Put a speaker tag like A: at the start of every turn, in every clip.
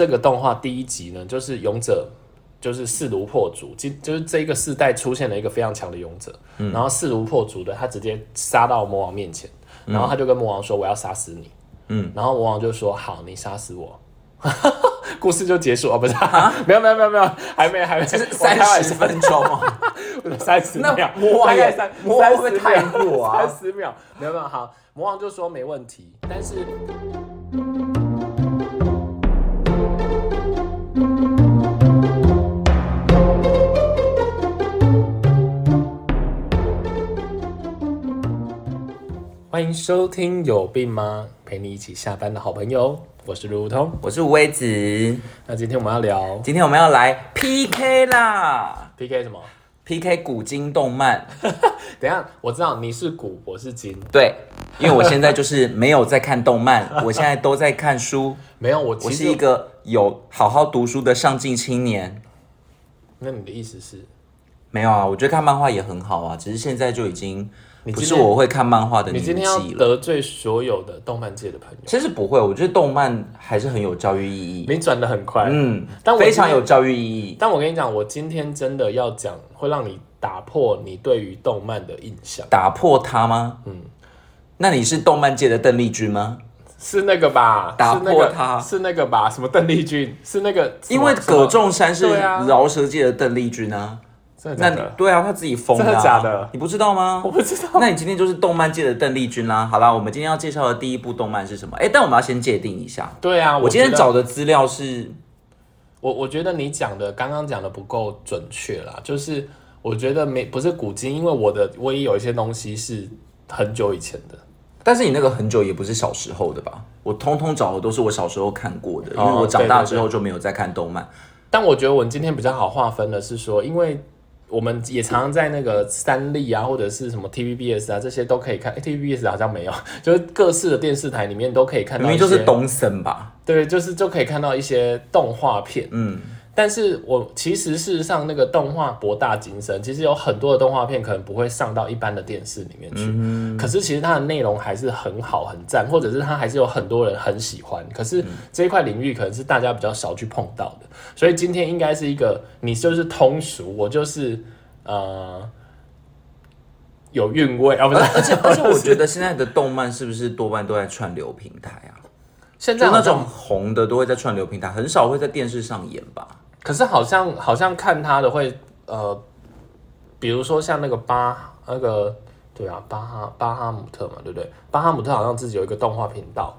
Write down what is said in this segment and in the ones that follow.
A: 这个动画第一集呢，就是勇者就是势如破竹，今就是这一个世代出现了一个非常强的勇者，
B: 嗯
A: 然后势如破竹的他直接杀到魔王面前，然后他就跟魔王说：“我要杀死你。”
B: 嗯，
A: 然后魔王就说：“好，你杀死 我。” 故事就结束哦，不是， 没有没有没有没有，还没还没，
B: 啊就是
A: 我开
B: 三
A: 玩
B: 十
A: 笑
B: 分钟啊，
A: 三十
B: 那
A: 秒，
B: 魔王
A: 大概
B: 也
A: 三
B: 魔王会不会
A: 三十
B: 太过 啊
A: 三十秒，没有没有好，魔王就说没问题，但是欢迎收听《有病吗》，陪你一起下班的好朋友，我是卢通。
B: 我是薇子，
A: 那今天我们要聊
B: 今天我们要来 PK 啦
A: PK 什么？
B: ，PK 古今动漫。
A: 等一下，我知道你是骨，我是金，
B: 对，因为我现在就是没有在看动 漫，我现在都在看书。
A: 没有我其
B: 我
A: 实
B: 是一个有好好读书的上进青年。
A: 那你的意思是，
B: 没有啊，我觉得看漫画也很好啊，只是现在就已经
A: 你
B: 不
A: 今
B: 是
A: 天
B: 我会看漫画的
A: 你
B: 年纪
A: 今天要
B: 了。
A: 得罪所有的动漫界的朋友？
B: 其实不会，我觉得动漫还是很有教育意义。
A: 你转的很快，
B: 嗯，
A: 但我
B: 非常
A: 今天
B: 有教育意义。
A: 但我跟你讲，我今天真的要讲，会让你打破你对于动漫的印象，
B: 打破它吗？嗯，那你是动漫界的邓丽君吗？
A: 是那个吧？
B: 打
A: 是那个
B: 破它
A: 是那个吧？什么邓丽君？是那个？
B: 因为
A: 什么
B: 葛，仲山是
A: 对啊
B: 饶舌界的邓丽君啊。
A: 什么真
B: 那
A: 的
B: 你
A: 假的
B: 对啊，他自己疯的、啊，
A: 真的假的
B: 你不知道吗
A: 我？不知道。
B: 那你今天就是动漫界的邓丽君啦、好啦，我们今天要介绍的第一部动漫是什么？哎、但我们要先界定一下。
A: 对啊，
B: 我今天
A: 觉得
B: 找的资料是，
A: 我我觉得你讲的刚刚讲的不够准确啦，就是我觉得没不是古今，因为我的我也有一些东西是很久以前的。
B: 但是你那个很久也不是小时候的吧？我通通找的都是我小时候看过的，因为
A: 哦
B: 我长大
A: 对对
B: 之后就没有再看动漫。
A: 但我觉得我们今天比较好划分的是说，因为我们也常常在那个三立啊，或者是什么 TVBS 啊，这些都可以看。诶 TVBS 好像没有， 就是各式的电视台里面都可以看到
B: 明
A: 一
B: 明
A: 些，
B: 就是东森 吧？
A: 对，就是就可以看到一些动画片。
B: 嗯，
A: 但是我其实事实上，那个动画博大精深，其实有很多的动画片可能不会上到一般的电视里面去，
B: 嗯
A: 可是其实它的内容还是很好很赞，或者是它还是有很多人很喜欢。可
B: 嗯
A: 是这一块领域可能是大家比较少去碰到的，所以今天应该是一个你就是通俗，我就是呃有韵味啊，不是？
B: 而且而且我觉得现在的动漫是不是多半都在串流平台啊？
A: 现
B: 就
A: 在
B: 那
A: 好像
B: 种红的都会在串流平台，很少会在电视上演吧？
A: 可是好像好像看他的会呃，比如说像那个巴那个对啊巴哈巴哈姆特嘛，对不对？巴哈姆特好像自己有一个动画频道，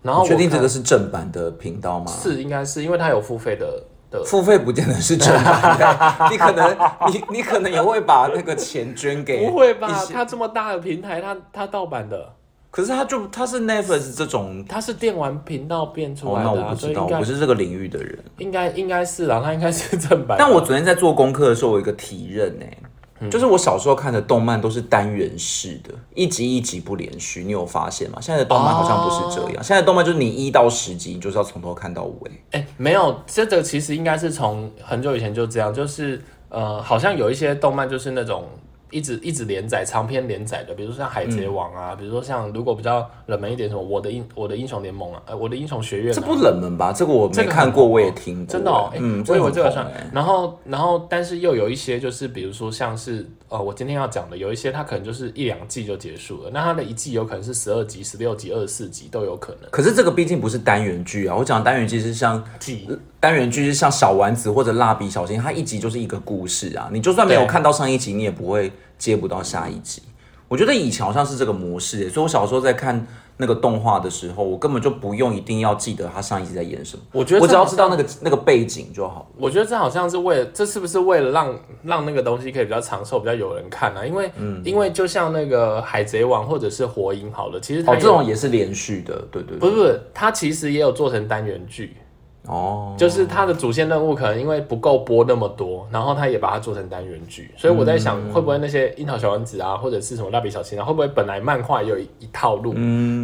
A: 然后哦
B: 你
A: 我
B: 确定这
A: 看
B: 个是正版的频道吗？
A: 是应该是因为他有付费的的，
B: 付费不见得是正版的，你可能你你可能也会把那个钱捐给，
A: 不会吧？他这么大的平台，他他盗版的，
B: 可是他就他是 Netflix 这种，
A: 他是电玩频道变出
B: 哦，
A: 来
B: 那
A: 的、
B: 我
A: 啊
B: 不
A: 所
B: 知
A: 以
B: 道，
A: 应
B: 我
A: 该
B: 不是这个领域的人。
A: 应该应该是啦，他应该是正版的。啊
B: 但我昨天在做功课的时候，我有一个体认呢、欸
A: 嗯
B: 就是我小时候看的动漫都是单元式的，一集一集不连续，你有发现吗？现在的动漫好像不是这
A: 啊
B: 样，现在的动漫就是你一到十集，你就是要从头看到尾。
A: 哎、没有，这个其实应该是从很久以前就这样，就是呃，好像有一些动漫就是那种一直一直连载、长篇连载的，比如说像《海贼王》啊，
B: 嗯
A: 比如说像如果比较冷门一点什么《我的英我的英雄联盟》啊，呃，《我的英雄学院、啊》
B: 这不冷门吧？这个我
A: 这
B: 没
A: 个
B: 看
A: 很
B: 过，
A: 红
B: 我也
A: 哦
B: 听过欸。
A: 真的哦，哎
B: 嗯，
A: 我以为这个
B: 很红
A: 算
B: 欸。
A: 然后，然后，但是又有一些就是，比如说像是呃，我今天要讲的，有一些它可能就是一两季就结束了，那它的一季有可能是十二集、十六集、二十四集都有可能。
B: 可是这个毕竟不是单元剧啊，我讲的单元剧是像
A: 季
B: 单元剧是像小丸子或者蜡笔小新，它一集就是一个故事啊，你就算没有
A: 对
B: 看到上一集，你也不会接不到下一集。我觉得以前好像是这个模式耶，所以我小时候在看那个动画的时候，我根本就不用一定要记得它上一集在演什么，
A: 我觉得
B: 我只
A: 这
B: 要
A: 好
B: 知道那个那个背景就好了。
A: 我觉得这好像是为了，这是不是为了让让那个东西可以比较长寿，比较有人看呢、啊？因为、
B: 嗯
A: 因为就像那个《海贼王》或者是《火影》好了，其实它
B: 哦，
A: 也
B: 这种也是连续的，对对
A: 不
B: 对。
A: 是不是，它其实也有做成单元剧，
B: 哦，
A: 就是它的主线任务可能因为不够播那么多，然后它也把它做成单元剧。所以我在
B: 嗯
A: 想，会不会那些樱桃小丸子啊，或者是什么蜡笔小新啊，会不会本来漫画也有一一套路，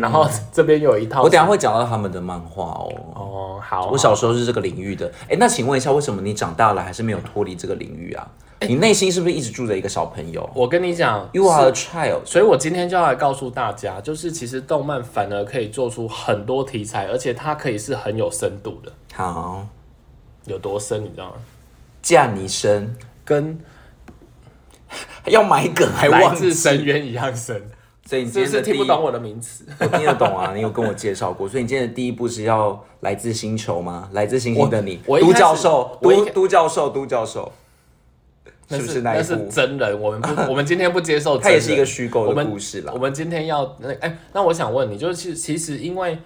A: 然后这边又有一套
B: 嗯我等一下会讲到他们的漫画哦。
A: 哦，好，
B: 我小时候是这个领域的，哎，那请问一下，为什么你长大了还是没有脱离这个领域啊？你内心是不是一直住着一个小朋友
A: 我跟你讲
B: ？You are a child。
A: 所以我今天就要来告诉大家，就是其实动漫反而可以做出很多题材，而且它可以是很有深度的，
B: 好，
A: 有多深你知道吗？
B: 嫁你生，
A: 跟
B: 要埋梗还
A: 来
B: 忘
A: 自
B: 记，
A: 深渊一样深，
B: 所以你
A: 是不
B: 今天
A: 是
B: 的第
A: 听
B: 一
A: 不懂我的名词？
B: 我听得懂啊，你有跟我介绍过，所以你今天的第一步是要来自星球吗？来自星星的你，
A: 我我一
B: 都
A: 开始
B: 教授，
A: 我一
B: 都
A: 开
B: 都教授，都教授，是不
A: 是
B: 那一
A: 是
B: 部？
A: 真人，我们 不，我们今天不接受真人。
B: 它也是一个虚构
A: 我
B: 的
A: 们
B: 故事啦
A: 我。们今天要那哎、那我想问你，就是其其实因为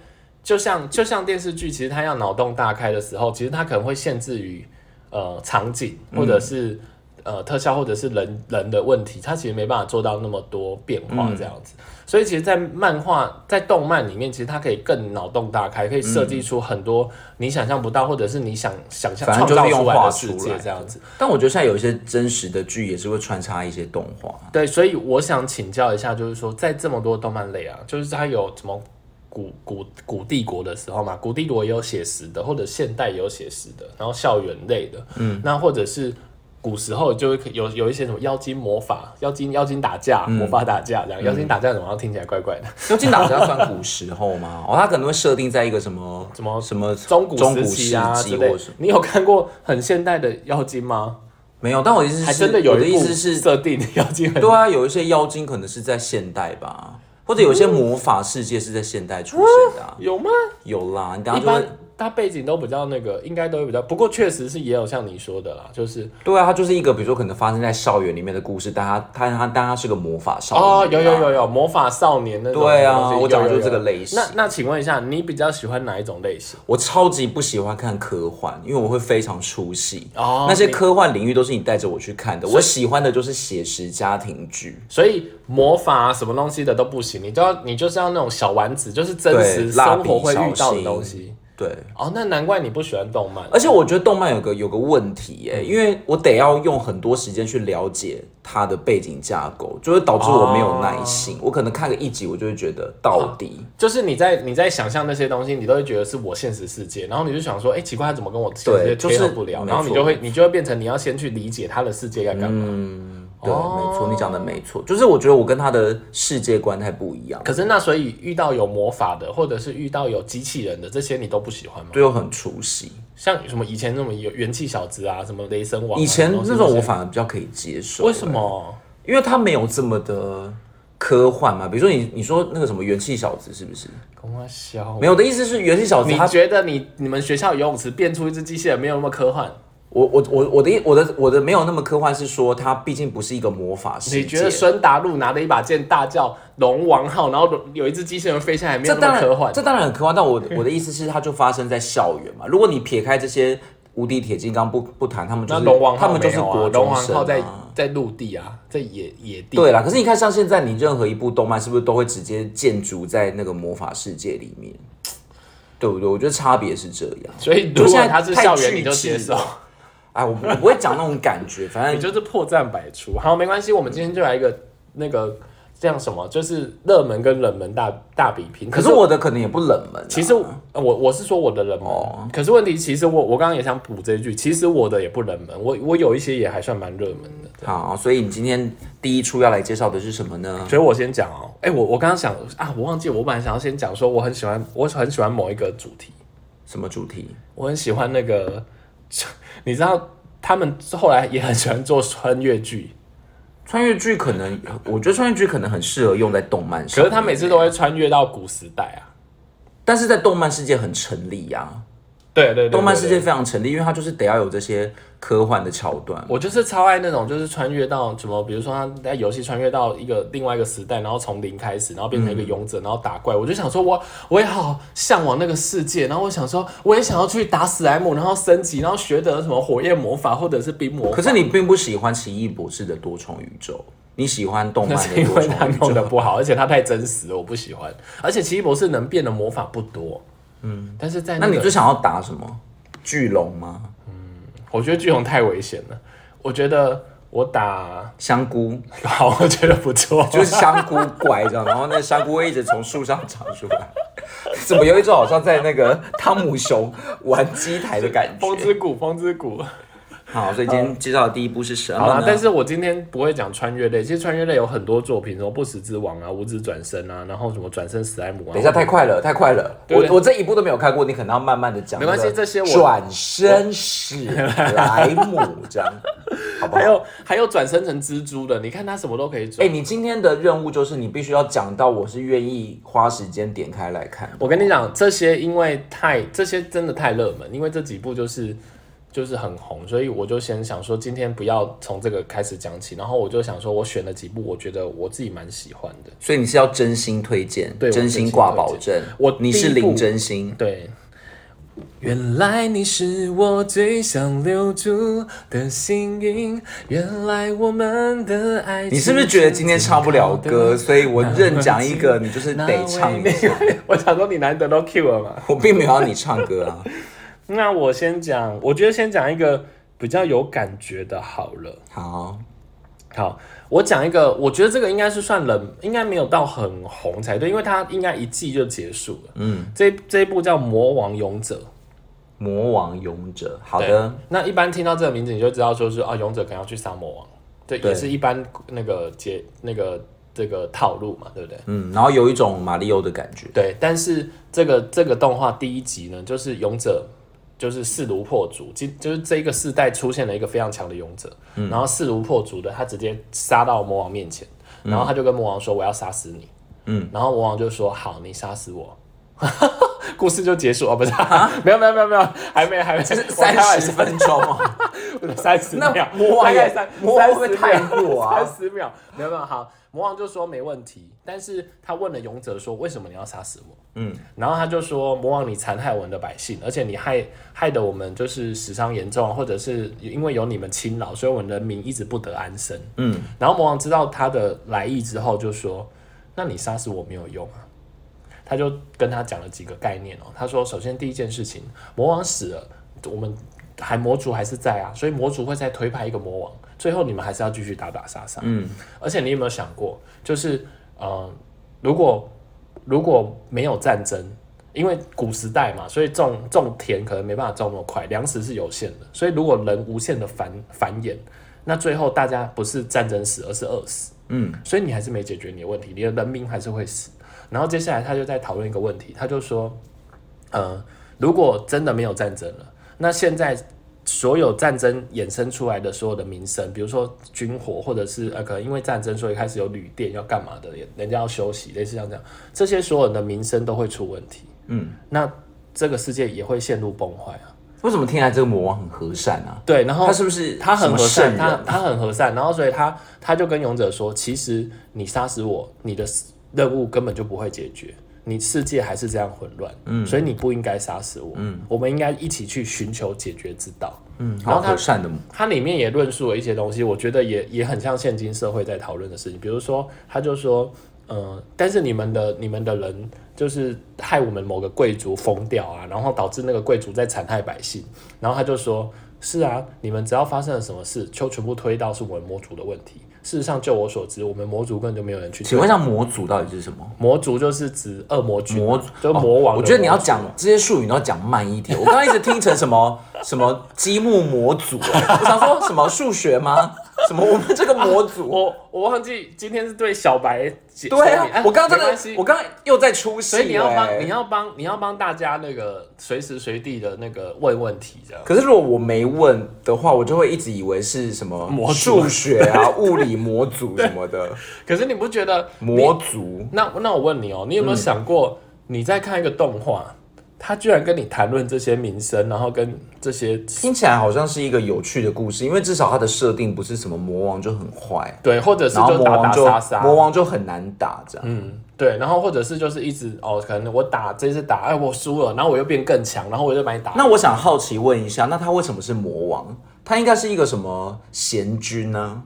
A: 就像就像电视剧，其实它要脑洞大开的时候，其实它可能会限制于呃场景
B: 嗯
A: 或者是、呃特效或者是人人的问题，它其实没办法做到那么多变
B: 嗯
A: 化这样子。所以其实，在漫画在动漫里面，其实它可以更脑洞大开，可以设计出很多你想象不到，或者是你想想象
B: 嗯反正
A: 创
B: 就是
A: 造
B: 用
A: 出来
B: 画
A: 的
B: 出
A: 世界
B: 来
A: 这样子。
B: 但我觉得现在有一些真实的剧也是会穿插一些动画，
A: 对，所以我想请教一下，就是说，在这么多动漫类啊，就是它有什么古古古帝国的时候嘛，古帝国也有写实的，或者现代也有写实的，然后校园类的，嗯，那或者是古时候就会有有一些什么妖精魔法、妖精妖精打
B: 嗯
A: 架、魔法打架这样，妖精打架怎么样听起来怪怪的？
B: 究竟哪家算古时候 吗？哦，它可能会设定在一个什么
A: 什么
B: 什么
A: 中古
B: 中
A: 时
B: 古
A: 期啊
B: 世纪
A: 之
B: 或
A: 类
B: 什么，
A: 你有看过很现代的妖精吗？
B: 没有。但我的意思是，
A: 还真的有
B: 我的
A: 一
B: 意
A: 部
B: 思是，
A: 设定妖精很
B: 对啊，有一些妖精可能是在现代吧，或者有些魔法世界是在现代出现的、啊。
A: 有吗？
B: 有啦，你等
A: 嗯
B: 下
A: 一
B: 就会
A: 般它背景都比较那个，应该都会比较。不过确实是也有像你说的啦，就是
B: 对啊，它就是一个比如说可能发生在校园里面的故事，但它它它但它是个魔法少女、啊
A: 哦，有有。有有魔法少年那种东西。
B: 对啊
A: 有
B: 我讲的就是
A: 有有
B: 这个类型
A: 那那请问一下，你比较喜欢哪一种类型？
B: 我超级不喜欢看科幻，因为我会非常出戏。
A: 哦
B: 那些
A: 你
B: 科幻领域都是你带着我去看的。我喜欢的就是写实家庭剧，
A: 所以魔法、啊、什么东西的都不行，你都要你就是要那种小丸子，就是真实
B: 对蜡
A: 生
B: 笔
A: 活会遇
B: 小
A: 到的
B: 新
A: 东西。
B: 对。
A: 哦，那难怪你不喜欢动漫。
B: 而且我觉得动漫有个有个问题耶、
A: 嗯
B: 因为我得要用很多时间去了解它的背景架构，就会导致我没有耐心。
A: 哦
B: 我可能看个一集，我就会觉得到底、
A: 就是你在你在想象那些东西，你都会觉得是我现实世界，然后你就想说，哎、奇怪，他怎么跟我现
B: 对
A: 实
B: 就
A: 界
B: 是
A: 贴合不了？
B: 没
A: 然后你
B: 错
A: 就会你就会变成你要先去理解他的世界该干嘛。哦
B: 对，没错，你讲的没错，就是我觉得我跟他的世界观太不一样。
A: 可是那所以遇到有魔法的，或者是遇到有机器人的这些，你都不喜欢吗？
B: 对我很出戏。
A: 像什么以前那种有元气小子啊，什么雷神王啊、
B: 以前
A: 什么东西
B: 那种我反而比较可以接受，
A: 为什？么？
B: 因为他没有这么的科幻嘛。比如说你你说那个什么元气小子是不是？
A: 跟我笑
B: 没。有我的意思是元气小子
A: 你
B: 他，
A: 觉得你你们学校游泳池变出一只机器人没有那么科幻？
B: 我我我我的意我的我的没有那么科幻是说他毕竟不是一个魔法世界。
A: 你觉得孙达路拿着一把剑大叫龙王号，然后有一只机器人飞下来，没有
B: 这
A: 那
B: 当
A: 么
B: 然
A: 科幻？
B: 这当然很科幻。但我我的意思是，它就发生在校园嘛。如果你撇开这些无敌铁金刚不不谈，他们就
A: 那
B: 是
A: 龙王号
B: 他们就是
A: 没有啊
B: 国
A: 龙
B: 中
A: 王
B: 生、
A: 号
B: 啊。
A: 在在陆地啊，在野野地。
B: 对啦，啊可是你看，像现在你任何一部动漫，是不是都会直接建筑在那个魔法世界里面？对不对？我觉得差别是这样。
A: 所以如
B: 就现
A: 果
B: 在
A: 他是
B: 太
A: 校园，
B: 具
A: 你就接
B: 体
A: 受。
B: 哎，我我不会讲那种感觉，反
A: 你
B: 正
A: 就是破绽百出。好，没关系，我们今天就来一个那个这样什么，就是热门跟冷门大大比拼。
B: 可是我的可能也不冷门啊、哦
A: 其实呃我我是说我的冷门，可是问题其实我我刚刚也想补这一句，其实我的也不冷门，我我有一些也还算蛮热门的。
B: 好，所以你今天第一出要来介绍的是什么呢？
A: 所以我先讲哦、哎、我我刚刚想啊，我忘记我本来想要先讲说我很喜欢我很喜欢某一个主题，
B: 什么主题？
A: 我很喜欢那个， 你知道他们后来也很喜欢做穿越剧，
B: 穿越剧可能，我觉得穿越剧可能很适合用在动漫
A: 可
B: 上。
A: 是他每次都，会穿越到古时代啊。
B: 但是在动漫世界很成立呀、
A: 对对对对
B: 动漫世
A: 对
B: 界非常成立，因为它就是得要有这些科幻的桥段。
A: 我就是超爱那种，就是穿越到什么，比如说他在游戏穿越到一个另外一个时代，然后从零开始，然后变成一个勇者，然后打怪。我就想说我，我也好向往那个世界，然后我想说，我也想要去打史莱姆，然后升级，然后学得什么火焰魔法或者是冰魔法。
B: 可是你并不喜欢《奇异博士》的多重宇宙，你喜欢动
A: 那
B: 漫
A: 是
B: 的
A: 因
B: 多
A: 为他
B: 重宇
A: 弄得
B: 宙。
A: 不好， 而且他太真实了，我不喜欢。而且奇异博士能变的魔法不多，嗯，但是在
B: 那
A: 个
B: 你最想要打什么？巨龙吗？
A: 我觉得巨龙太危险了，我觉得我打
B: 香菇？
A: 好，我觉得不错，
B: 就是香菇怪这样，然后那香菇会一直从树上长出来。怎么有一种好像在那个汤姆熊玩机台的感
A: 风
B: 觉？
A: 之谷，风之谷。
B: 好，所以今天介绍的第一部是什么
A: 好啦
B: 呢？，
A: 但是我今天不会讲穿越类，其实穿越类有很多作品，什么不死之王啊、五指转身啊，然后什么转身史莱姆啊。
B: 等一下太快了，太快了，
A: 对不对
B: 我我这一部都没有看过，你可能要慢慢的讲。
A: 没关系
B: 对不对
A: 这些我
B: 转身史莱姆这样，好不好
A: 还？有还有转身成蜘蛛的，你看他什么都可以
B: 哎、
A: 转。
B: 你今天的任务就是你必须要讲到我是愿意花时间点开来看的。
A: 我跟你讲，这些因为太这些真的太热门，因为这几部就是就是很红，所以我就先想说今天不要从这个开始讲起，然后我就想说我选了几部，我觉得我自己蛮喜欢的。
B: 所以你是要真心推荐，
A: 对我
B: 真心挂保证，
A: 我第一
B: 你是
A: 步
B: 零真心。
A: 对。原来你是我最想留住的幸运，原来我们的爱情。
B: 你是不是觉得今天唱不了 歌，？所以我任讲一个，你就是得唱一下。
A: 我想说你难得都 Q 了嘛。
B: 我并没有要你唱歌啊，
A: 那我先讲，我觉得先讲一个比较有感觉的，好了。
B: 好，
A: 好，我讲一个，我觉得这个应该是算冷，应该没有到很红才对，因为它应该一季就结束了。
B: 嗯，
A: 这这一部叫《魔王勇者》。
B: 魔王勇者，好
A: 对
B: 的，
A: 那一般听到这个名字，你就知道说是啊，勇者可能要去杀魔王，对，
B: 对
A: 也是一般那个结那个这个套路嘛，对不对？
B: 嗯，然后有一种马里奥的感觉，
A: 对，但是这个这个动画第一集呢，就是勇者就是势如破竹，就就是这一个世代出现了一个非常强的勇者，
B: 嗯
A: 然后势如破竹的他直接杀到魔王面前，然后他就跟魔王说：“我要杀死你。”
B: 嗯，
A: 然后魔王就说：“好，你杀死我。” 故事就结束哦，不是、 没有没有没有没有，还没还没，我开
B: 啊三
A: 玩
B: 十
A: 笑
B: 分钟
A: 哦
B: 啊，
A: 三十
B: 那
A: 秒，
B: 魔王
A: 大
B: 也
A: 概三
B: 魔王会不会
A: 30
B: 太
A: 秒
B: 过啊
A: 三十秒，没有没有好，魔王就说没问题，但是他问了勇者说为什么你要杀死我？
B: 嗯，
A: 然后他就说魔王你残害我们的百姓，而且你害害得我们就是死伤严重，或者是因为有你们侵扰，所以我们人民一直不得安生。
B: 嗯，
A: 然后魔王知道他的来意之后就说，那你杀死我没有用啊。他就跟他讲了几个概念哦。他说，首先第一件事情，魔王死了，我们还魔族还是在啊，所以魔族会再推派一个魔王，最后你们还是要继续打打杀杀。
B: 嗯，
A: 而且你有没有想过，就是呃，如果如果没有战争，因为古时代嘛，所以种种田可能没办法种那么快，粮食是有限的，所以如果人无限的繁繁衍，那最后大家不是战争死，而是饿死。
B: 嗯，
A: 所以你还是没解决你的问题，你的人民还是会死。然后接下来他就在讨论一个问题，他就说，呃，如果真的没有战争了，那现在所有战争衍生出来的所有的民生，比如说军火，或者是呃，可能因为战争，所以开始有旅店要干嘛的，也人家要休息，类似像这样，这些所有的民生都会出问题。
B: 嗯，
A: 那这个世界也会陷入崩坏啊。
B: 为什么听起来这个魔王很和善啊？
A: 对，然后
B: 他是不是
A: 哦他很
B: 什么
A: 和善，
B: 圣
A: 他
B: 人？
A: 他很和善，然后所以他他就跟勇者说，其实你杀死我，你的任务根本就不会解决，你世界还是这样混乱，嗯，所以你不应该杀死我，嗯，我们应该一起去寻求解决之道，
B: 嗯，
A: 然
B: 好
A: 后他
B: 和善的魔，
A: 它里面也论述了一些东西，我觉得也也很像现今社会在讨论的事情。比如说，他就说，呃，但是你们的你们的人就是害我们某个贵族疯掉啊，然后导致那个贵族在残害百姓。然后他就说，是啊，你们只要发生了什么事，就全部推到是我们魔族的问题。事实上，就我所知，我们魔族根本就没有人去。
B: 请问一下魔族到底是什么？
A: 魔族就是指恶魔军啊，
B: 魔
A: 就是魔王的魔族、
B: 我觉得你要讲这些术语，你要讲慢一点。我刚刚一直听成什么什么积木模组、 啊，我想说什么数学吗？什么我们这个模组？
A: 我我忘记今天是对小白解
B: 对
A: 说明哦哎
B: 啊，我刚
A: 没
B: 刚真
A: 关系
B: 的，我刚刚又在出戏、
A: 所
B: 欸。
A: 以你要帮你要帮你要帮大家那个随时随地的那个问问题这样。
B: 可是如果我没问的话，我就会一直以为是什么
A: 模组
B: 数学啊、 物理模组什么 的
A: 可是你不觉得
B: 模组。
A: 那那我问你哦、你有没有想过你在看一个动画，他居然跟你谈论这些民生，然后跟这些
B: 听起来好像是一个有趣的故事，因为至少它的设定不是什么魔王就很坏，
A: 对，或者是
B: 然后
A: 就
B: 魔
A: 打打
B: 王就
A: 杀杀，
B: 魔王就很难打这样。
A: 嗯，对，然后或者是就是一直哦，可能我打这次打，哎，我输了，然后我又变更强，然后我就把你打。
B: 那我想好奇问一下，那他为什么是魔王？他应该是一个什么贤君呢？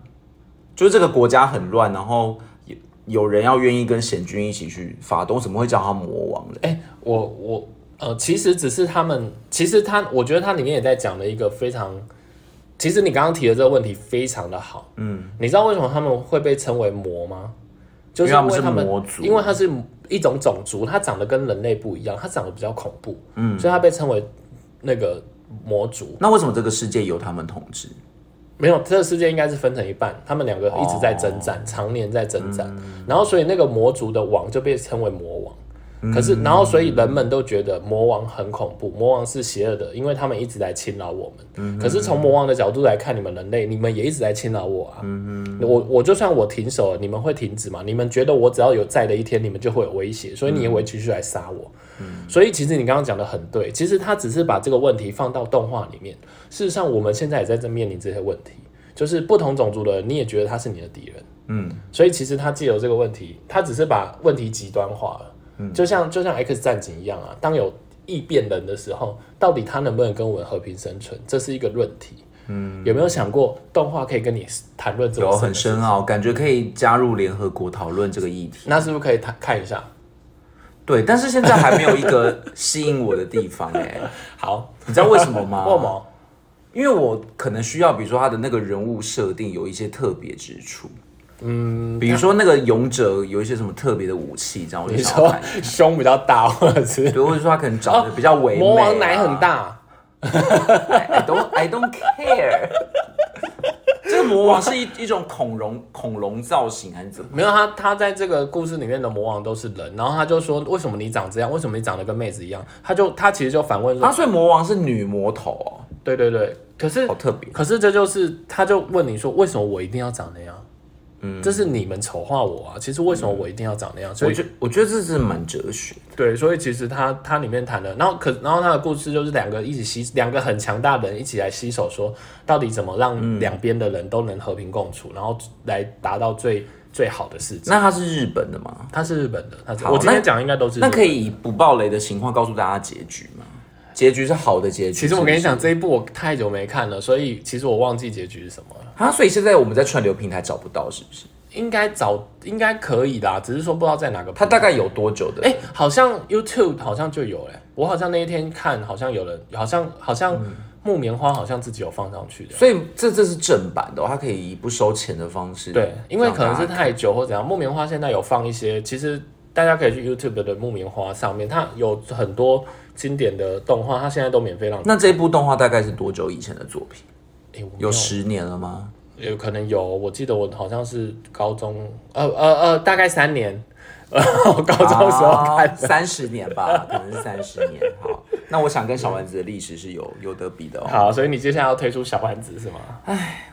B: 就是这个国家很乱，然后有有人要愿意跟贤君一起去发动，怎么会叫他魔王呢？
A: 哎、我我呃，其实只是他们，其实他，我觉得他里面也在讲了一个非常，其实你刚刚提的这个问题非常的好，嗯，你知道为什么他们会被称为魔吗？就是
B: 因
A: 因
B: 为他们
A: 为
B: 是
A: 他们，
B: 魔族
A: 因为它是一种种族，它长得跟人类不一样，它长得比较恐怖，嗯，所以它被称为那个魔族，
B: 那为什么这个世界由他们统治？
A: 没有，这个世界应该是分成一半，他们两个一直在征战，常年在征战，然后所以那个魔族的王就被称为魔王。可是，然后，所以人们都觉得魔王很恐怖，魔王是邪恶的，因为他们一直在侵扰我们。可是从魔王的角度来看，你们人类，你们也一直在侵扰我啊。我我就算我停手了，你们会停止吗？你们觉得我只要有在的一天，你们就会有威胁，所以你也会继续来杀我。所以其实你刚刚讲的很对，其实他只是把这个问题放到动画里面。事实上，我们现在也在正面临这些问题，就是不同种族的人，你也觉得他是你的敌人。
B: 嗯，
A: 所以其实他借由这个问题，他只是把问题极端化了。
B: 嗯
A: 就像就像 X 战警一样啊，当有异变人的时候，到底他能不能跟我们和平生存，这是一个论题。嗯，有没有想过动画可以跟你谈论这
B: 有
A: 种
B: 很深奥，感觉可以加入联合国讨论这个议题。
A: 那是不是可以谈看一下？
B: 对，但是现在还没有一个吸引我的地方 哎、
A: 好，
B: 你知道为什么 吗？
A: 沃某
B: 因为我可能需要，比如说他的那个人物设定有一些特别之处，嗯，比如说那个勇者有一些什么特别的武器，这样我就
A: 你
B: 想要
A: 说
B: 看。
A: 胸比较大，或者是
B: 对，或者说他可能长得比较唯美、啊
A: 魔王奶很大，
B: I don't I don't care。这个魔王是一一种恐龙恐龙造型还是怎么？
A: 没有他他在这个故事里面的魔王都是人，然后他就说为什么你长这样？为什么你长得跟妹子一样？他就他其实就反问说，
B: 啊，所以魔王是女魔头哦，
A: 对对对，可是
B: 好特别。
A: 可是这就是，他就问你说，为什么我一定要长那样？嗯，这是你们丑化我啊！其实为什么我一定要长那样？所
B: 我
A: 以
B: 觉我觉得这是蛮哲学的，
A: 对，所以其实他他里面谈的，然后可然后他的故事就是两个一起吸，两个很强大的人一起来携手说，到底怎么
B: 嗯
A: 让两边的人都能和平共处，然后来达到最最好的事情。
B: 那他是日本的吗？
A: 他是日本的，他是哦
B: 好
A: 我今天
B: 那
A: 讲应该都是
B: 那
A: 日本
B: 可以以不暴雷的情况告诉大家结局吗？结局是好的结局。
A: 其实我跟你
B: 是
A: 讲，这一部我太久没看了，所以其实我忘记结局是什么了。
B: 不是啊，所以现在我们在串流平台找不到，是不是？
A: 应该早应该可以啦，只是说不知道在哪个平台。
B: 它大概有多久的？
A: 哎、好像 YouTube 好像就有哎、我好像那一天看，好像有人，好像好像木棉花好像自己有放上去的。
B: 所以这这是正版的哦、它可以以不收钱的方式。
A: 对，因为可能是
B: 让大家
A: 太久或怎样，木棉花现在有放一些，其实大家可以去 YouTube 的木棉花上面，它有很多经典的动画，它现在都免费让。
B: 那这部动画大概是多久以前的作品？
A: 哎、我没
B: 有十年了吗？
A: 有可能有，我记得我好像是高中，呃呃呃，大概三年， 呃，我高中的时
B: 啊
A: 候看。
B: 三十年吧，可能是三十年。好，那我想跟小丸子的历史是有有得比的哦。
A: 好，所以你接下来要推出小丸子是吗？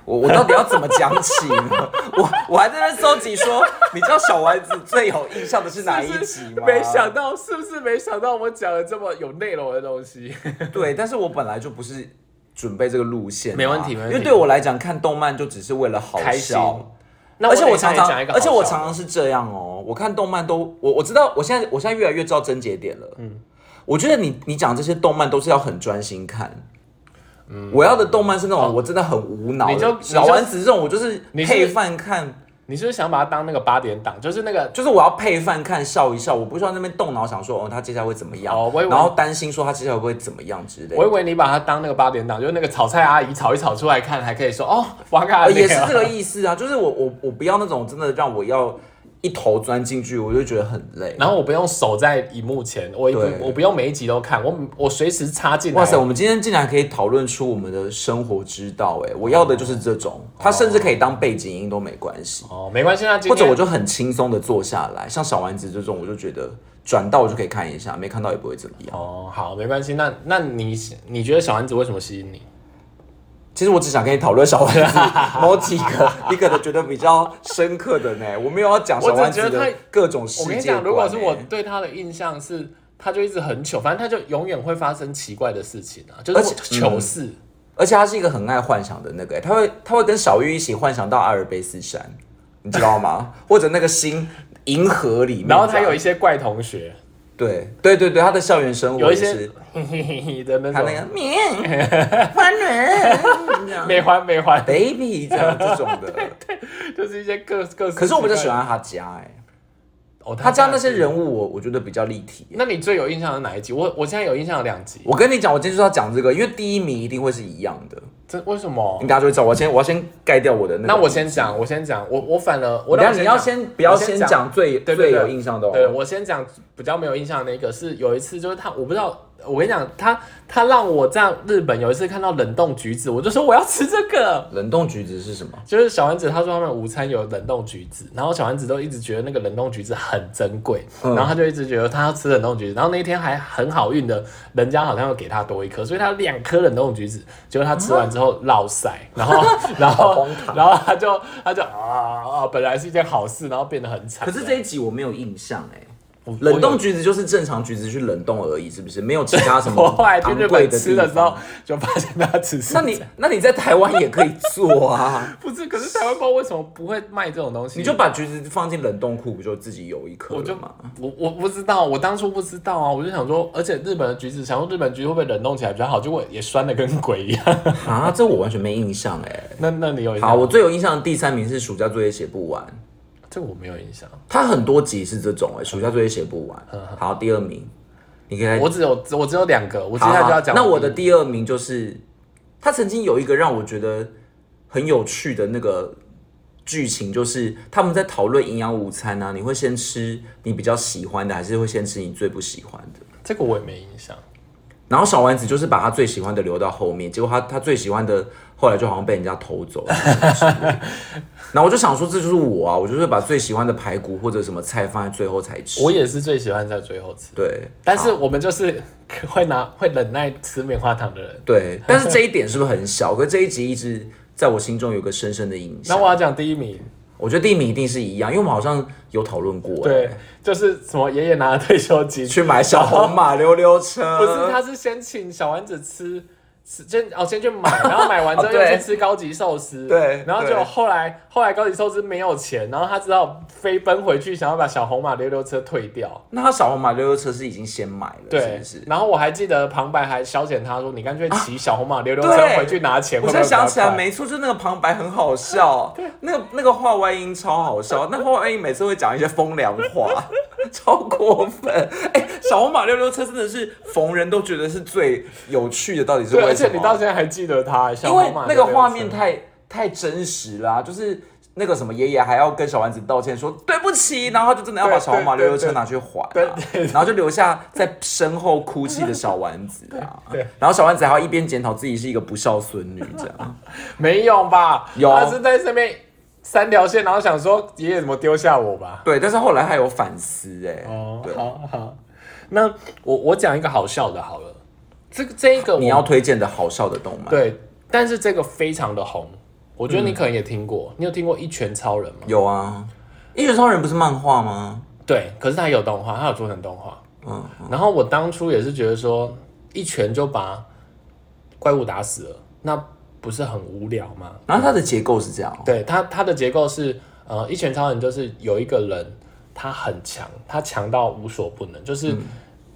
B: 我我到底要怎么讲起呢？ 我我还在那搜集说，你知道小丸子最有印象的是哪一集吗？
A: 没想到，是不是没想到我讲了这么有内容的东西？
B: 对，但是我本来就不是准备这个路线啊、
A: 没问题没问题
B: 因为对我来讲，看动漫就只是为了好
A: 开心
B: 笑。
A: 那
B: 而且
A: 我
B: 我常常，
A: 讲一个，
B: 而且我常常是这样哦。我看动漫都，我我知道，我现在我现在越来越知道症结点了。嗯，我觉得你你讲这些动漫都是要很专心看。嗯，我要的动漫是那种我真的很无脑的，
A: 哦你就你就
B: 小丸子这种，我就是
A: 你是
B: 配饭看，
A: 你是不是想把它当那个八点档，就是那个
B: 就是我要配饭看笑一笑，我不需要那边动脑想说哦他接下来会怎么样，
A: 哦我以为
B: 然后担心说他接下来会不会怎么样之类的。
A: 我以为你把它当那个八点档，就是那个炒菜阿姨炒一炒出来看，还可以说哦，王卡
B: 呃，也是这个意思啊，就是我我我不要那种真的让我要一头钻进去，我就觉得很累。
A: 然后我不用守在荧幕前，我也不
B: 对
A: 我不用每一集都看，我我随时插进来。
B: 哇塞，我们今天竟然可以讨论出我们的生活之道，
A: 哦
B: 哎，我要的就是这种，它甚至可以当背景音都没关系，
A: 哦，没关系，那今
B: 或者
A: 天
B: 我就很轻松的坐下来，像小丸子这种，我就觉得转到我就可以看一下，没看到也不会怎么样。
A: 哦好，没关系。那那你你觉得小丸子为什么吸引你？
B: 其实我只想跟你讨论小 丸子某几个你可能觉得比较深刻的呢，我没有要讲小丸子
A: 我只觉得
B: 的
A: 他
B: 各种世
A: 我跟你
B: 界
A: 讲，
B: 观。
A: 如果是我
B: 哎
A: 对他的印象是，他就一直很糗，反正他就永远会发生奇怪的事情啊，就是
B: 而且嗯
A: 糗事。
B: 而且他是一个很爱幻想的那个、欸，他会他会跟小玉一起幻想到阿尔卑斯山，你知 道吗？或者那个星银河里面这
A: 然
B: 样，
A: 后他有一些怪同学，
B: 对对对对，他的校园生活
A: 有一
B: 也
A: 些
B: 是
A: 嘿嘿嘿嘿的那
B: 他那
A: 种
B: 个面欢人这样
A: 美环美环，
B: baby 这样这种的。
A: 就是一些各各。
B: 可是我比较喜
A: 欢
B: 欢他家哎、
A: 哦，
B: 他家
A: 家
B: 那些。人物我我觉得比较立体欸、
A: 那你最有印象的哪一集？我我现在有印象的两集，
B: 我跟你讲，我今天就是要讲这个，因为第一名一定会是一样的，
A: 这为什么
B: 你？大家就会知道。我先我要先盖掉我的那个。
A: 那我先讲，我先讲，我我反而我
B: 等一
A: 让
B: 下你要
A: 讲
B: 先不要
A: 我
B: 先
A: 讲
B: 讲最
A: 对对
B: 最
A: 对
B: 有印象的、哦。
A: 对，我先讲比较没有印象的那一个是有一次，就是他我不知道我跟你讲，他他让我在日本有一次看到冷冻橘子，我就说我要吃这个。
B: 冷冻橘子是什么？
A: 就是小丸子，他说他们午餐有冷冻橘子，然后小丸子都一直觉得那个冷冻橘子很珍贵，
B: 嗯
A: 然后他就一直觉得他要吃冷冻橘子，然后那一天还很好运的，人家好像要给他多一颗，所以他两颗冷冻橘子，结果他吃完之后落塞，然 后然
B: 啊好
A: 后
B: 荒唐
A: 然后他就他就啊啊，本来是一件好事，然后变得很惨。
B: 可是这一集我没有印象哎、
A: 我我有
B: 冷冻橘子就是正常橘子去冷冻而已，是不是？没有其他什
A: 我
B: 么
A: 后来去
B: 昂
A: 日
B: 贵
A: 本吃
B: 的
A: 的
B: 地
A: 时候
B: 方。，
A: 就发现他只 是，
B: 那你那你在台湾也可以做啊
A: 不是，可是台湾不知道为什么不会卖这种东西，
B: 你就把橘子放进冷冻库，不就自己有一颗
A: 我就
B: 了吗？
A: 我我不知道，我当初不知道啊，我就想说，而且日本的橘子，想说日本橘子会不会冷冻起来比较好，结果也酸的跟鬼一样。
B: 啊，这我完全没印象哎、
A: 那那你有印象
B: 好，我最有印象的第三名是暑假作业写不完，
A: 这我没有印象，
B: 它很多集是这
A: 嗯
B: 种哎、暑假作业写不完。好，第二名，你可以来
A: 我只有我只有两个，我接
B: 好
A: 下来就要
B: 好
A: 讲。
B: 那我的第二名就是，他曾经有一个让我觉得很有趣的那个剧情，就是他们在讨论营养午餐啊，你会先吃你比较喜欢的，还是会先吃你最不喜欢的？
A: 这个我也没印象，
B: 然后小丸子就是把他最喜欢的留到后面，结果他他最喜欢的后来就好像被人家偷 走了。然后我就想说，这就是我啊，我就是把最喜欢的排骨或者什么菜放在最后才吃。
A: 我也是最喜欢在最后吃，
B: 对，
A: 但是我们就是 会拿会忍耐吃棉花糖的人。
B: 对，但是这一点是不是很小？可是这一集一直在我心中有个深深的影
A: 那
B: 响。
A: 我要讲第一名，
B: 我觉得第一名一定是一样，因为我们好像有讨论过，欸
A: 对，就是什么爷爷拿了退休金
B: 去买小 红马溜溜车，
A: 不是，他是先请小丸子吃。吃先哦，先去买，然后买完之后
B: 哦
A: 又
B: 对
A: 去吃高级寿司，
B: 对
A: 然后
B: 对
A: 就后来后来高级寿司没有钱，然后他知道飞奔回去想要把小红马溜溜车退掉，
B: 那他小红马溜溜车是已经先买了，是
A: 对，
B: 不是？啊
A: 然后我还记得旁白还消遣他说，你干脆骑小红马溜溜车
B: 对
A: 回去拿钱，
B: 我
A: 会不
B: 才
A: 会比较
B: 想起来，
A: 快
B: 没错，就那个旁白很 好笑，那个那个话外音超好笑，那话外音每次会讲一些风凉话，超过分。哎、小红马溜溜车真的是逢人都觉得是最有趣的，到底是
A: 对，而
B: 为什
A: 且
B: 么？
A: 你到现在还记得他，小
B: 因为
A: 红马
B: 那
A: 溜溜
B: 个
A: 车
B: 画面太太真实啦、就是那个什么爷爷还要跟小丸子道歉说对不起，然后他就真的要把小红马溜溜车拿去还、啊，然后就留下在身后哭泣的小丸子啊，然后小丸子还要一边检讨自己是一个不孝孙女这 样，
A: 没有吧？
B: 有
A: 他是在上面三条线，然后想说爷爷怎么丢下我吧？
B: 对，但是后来他有反思哎、
A: 哦，
B: 对。
A: 好好，那我我讲一个好笑的好了，这个这一个我
B: 你要推荐的好笑的动漫，
A: 对，但是这个非常的红，我觉得你可能也听
B: 嗯
A: 过，你有听过《一拳超人》吗？
B: 有啊，《一拳超人》不是漫画吗？
A: 对，可是它有动画，它有做成动画。
B: 嗯，
A: 然后我当初也是觉得说，一拳就把怪物打死了，那不是很无聊吗？
B: 然后它的结构是这样哦、
A: 对它它的结构是，呃，一拳超人就是有一个人他很强，他强到无所不能，就是
B: 嗯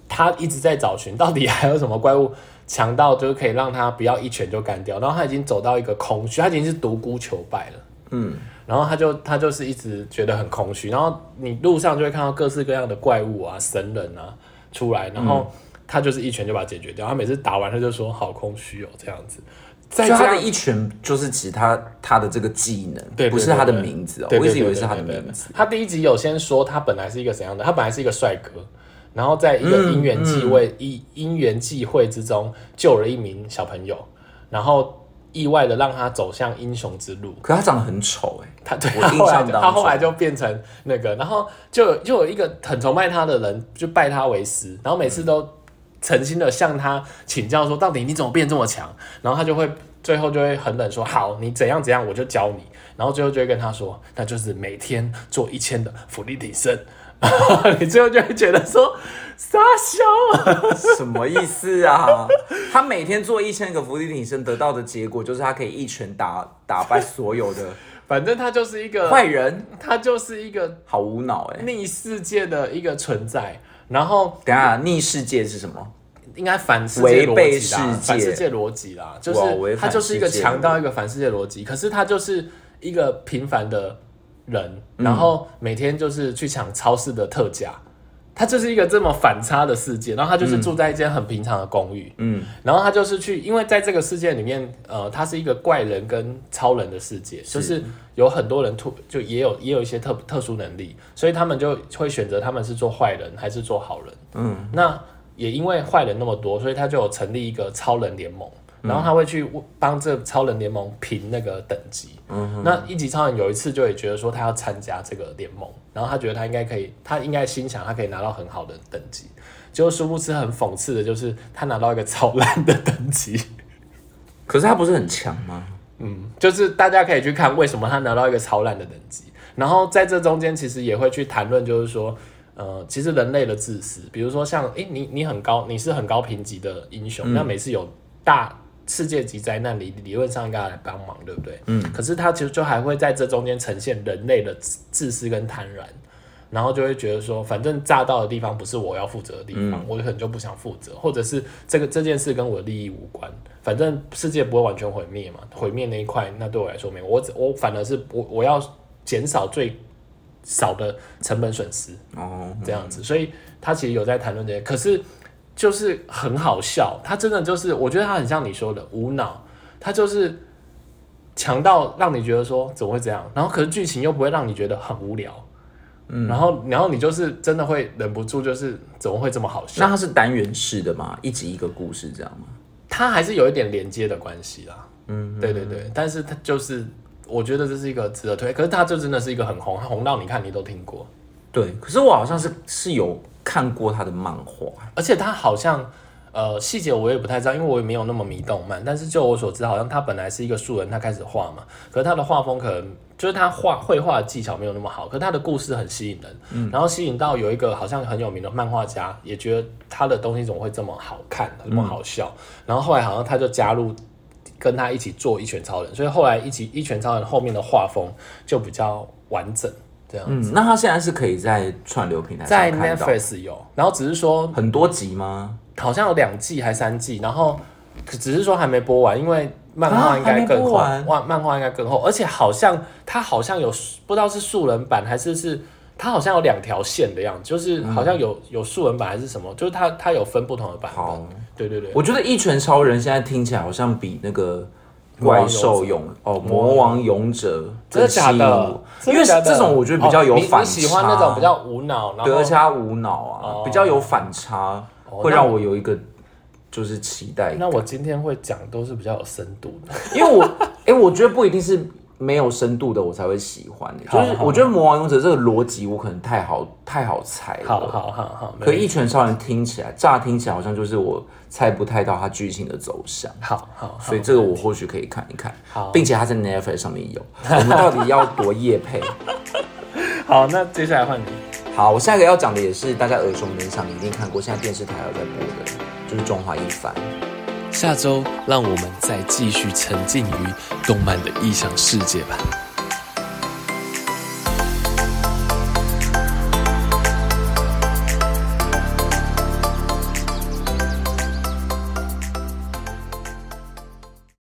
A: 他一直在找寻到底还有什么怪物强到就是可以让他不要一拳就干掉，然后他已经走到一个空虚，他已经是独孤求败了。
B: 嗯，
A: 然后他就他就是一直觉得很空虚，然后你路上就会看到各式各样的怪物啊、神人啊出来，然
B: 嗯
A: 后他就是一拳就把它解决掉。他每次打完他就说好空虚哦这样子，在
B: 所以
A: 这
B: 他的
A: 样
B: 一拳就是指他他的这个技能，
A: 对对
B: 不是他的名字哦，
A: 对
B: 我
A: 对
B: 一
A: 对
B: 直以为
A: 对
B: 是他的
A: 对对
B: 名
A: 对
B: 字。
A: 他第一集有先说他本来是一个怎样的，他本来是一个帅哥，然后在一个因缘际
B: 嗯
A: 会、因因缘际会之中救了一名小朋友，然后意外的让他走向英雄之路。
B: 可他长得很丑哎，
A: 他对
B: 我
A: 他
B: 印
A: 后来
B: 象
A: 就
B: 当
A: 他后
B: 中
A: 来就变成那个，然后就有就有一个很崇拜他的人就拜他为师，然后每次都诚心的向他请教说，到底你怎么变这么强？然后他就会最后就会很冷说，好，你怎样怎样，我就教你。然后最后就会跟他说，那就是每天做一千的俯卧 撑。 你最后就会觉得说傻笑，
B: 什么意思啊？ 他每天做一千个伏地挺身，得到的结果就是他可以一拳打打败所有的
A: 反正他就是一个，
B: 坏人，
A: 他就是一个
B: 好无脑哎。
A: 逆世界的一个存在。然后
B: 等一下，逆世界是什么？
A: 应该反世界
B: 违
A: 逻
B: 背
A: 辑啦，
B: 世界
A: 反世界逻辑啦，就
B: 哇违
A: 是他
B: 反
A: 就是一个
B: 世界
A: 强到一个反世界逻辑，可是他就是一个平凡的人，然后每天就是去抢超市的特价，他就是一个这么反差的世界，然后他就是住在一间很平常的公寓，
B: 嗯，
A: 然后他就是去，因为在这个世界里面，呃，他是一个怪人跟超人的世界，就是有很多人突就也有也有一些特特殊能力，所以他们就会选择他们是做坏人还是做好人。嗯，那也因为坏人那么多，所以他就有成立一个超人联盟，然后他会去帮这超人联盟评那个等级。那一级超人有一次就也觉得说他要参加这个联盟，然后他觉得他应该可以，他应该心想他可以拿到很好的等级，结果殊不知很讽刺的就是他拿到一个超烂的等级。
B: 可是他不是很强吗？
A: 嗯，就是大家可以去看为什么他拿到一个超烂的等级，然后在这中间其实也会去谈论，就是说，呃，其实人类的自私，比如说像，诶、你你很高，你是很高评级的英雄，那每次有大世界级灾难理理论上应该来帮忙，对不对？嗯。可是他其实就还会在这中间呈现人类的自自私跟贪婪，然后就会觉得说，反正炸到的地方不是我要负责的地方，我可能就不想负责，或者是这个这件事跟我的利益无关，反正世界不会完全毁灭嘛，毁灭那一块，那对我来说没有，我只我反而是我我要减少最少的成本损失
B: 哦，
A: 这样子，所以他其实有在谈论这些，可是就是很好笑，他真的就是，我觉得他很像你说的无脑，他就是。强到让你觉得说怎么会这样，然后可是剧情又不会让你觉得很无聊，然后然后你就是真的会忍不住，就是怎么会这么好
B: 那
A: 笑？
B: 它是单元式的吗？一集一个故事这样吗？
A: 它还是有一点连接的关系啦。嗯，对对对，但是它就是我觉得这是一个值得推，可是它就真的是一个很红，红到你看你都听过，
B: 对，可是我好像是是有看过他的漫画，
A: 而且它好像。呃，细节我也不太知道，因为我也没有那么迷动漫。但是就我所知，好像他本来是一个素人，他开始画嘛。可是他的画风可能就是他画绘画的技巧没有那么好，可是他的故事很吸引人，
B: 嗯
A: 然后吸引到有一个好像很有名的漫画家，也觉得他的东西怎么会这么好看，那么好笑。
B: 嗯
A: 然后后来好像他就加入跟他一起做一拳超人，所以后来一起一拳超人后面的画风就比较完整，这样。
B: 嗯，那他现在是可以在串流平台
A: 在
B: 上看到
A: Netflix 有，然后只是说
B: 很多集吗？
A: 好像有两季还三季，然后可只是说还没播完，因为漫画
B: 啊
A: 应该更厚，
B: 还没
A: 漫、漫画应该更厚，而且好像它好像有不知道是素人版还是是它好像有两条线的样子，就是
B: 嗯
A: 好像有、有素人版还是什么，就是它它有分不同的版
B: 好
A: 本，对对对，
B: 我觉得《一拳超人》现在听起来好像比那个怪兽勇哦魔王勇者
A: 真的
B: 更吸
A: 假
B: 引
A: 的
B: 我？，
A: 真
B: 因
A: 的
B: 为
A: 假的
B: 这种我觉得比较有
A: 哦你
B: 反
A: 你
B: 差，
A: 喜欢那种比较无脑，然
B: 对，而
A: 后
B: 且他无脑啊，
A: 哦
B: 比较有反差，
A: 哦
B: 会
A: 那
B: 让我有一个就是期待
A: 那我今天会讲都是比较有深度 的，
B: 因为我，哎、我觉得不一定是没有深度的我才会喜欢、欸，
A: 好
B: 就是我觉得《魔王勇者》这个逻辑我可能太好太好猜了。
A: 好好好好，没
B: 可
A: 问题
B: 一拳超人听起来，乍听起来好像就是我猜不太到它剧情的走向，
A: 好好好
B: 所以这个我或许可以看一看
A: 好，
B: 并且它在 Netflix 上面有，我们到底要多夜 配？
A: 好，那接下来换你，
B: 好，我下一个要讲的也是大家耳熟能详，一定看过，现在电视台有在播的，就是《中华一番》。
A: 下周让我们再继续沉浸于动漫的异想世界吧。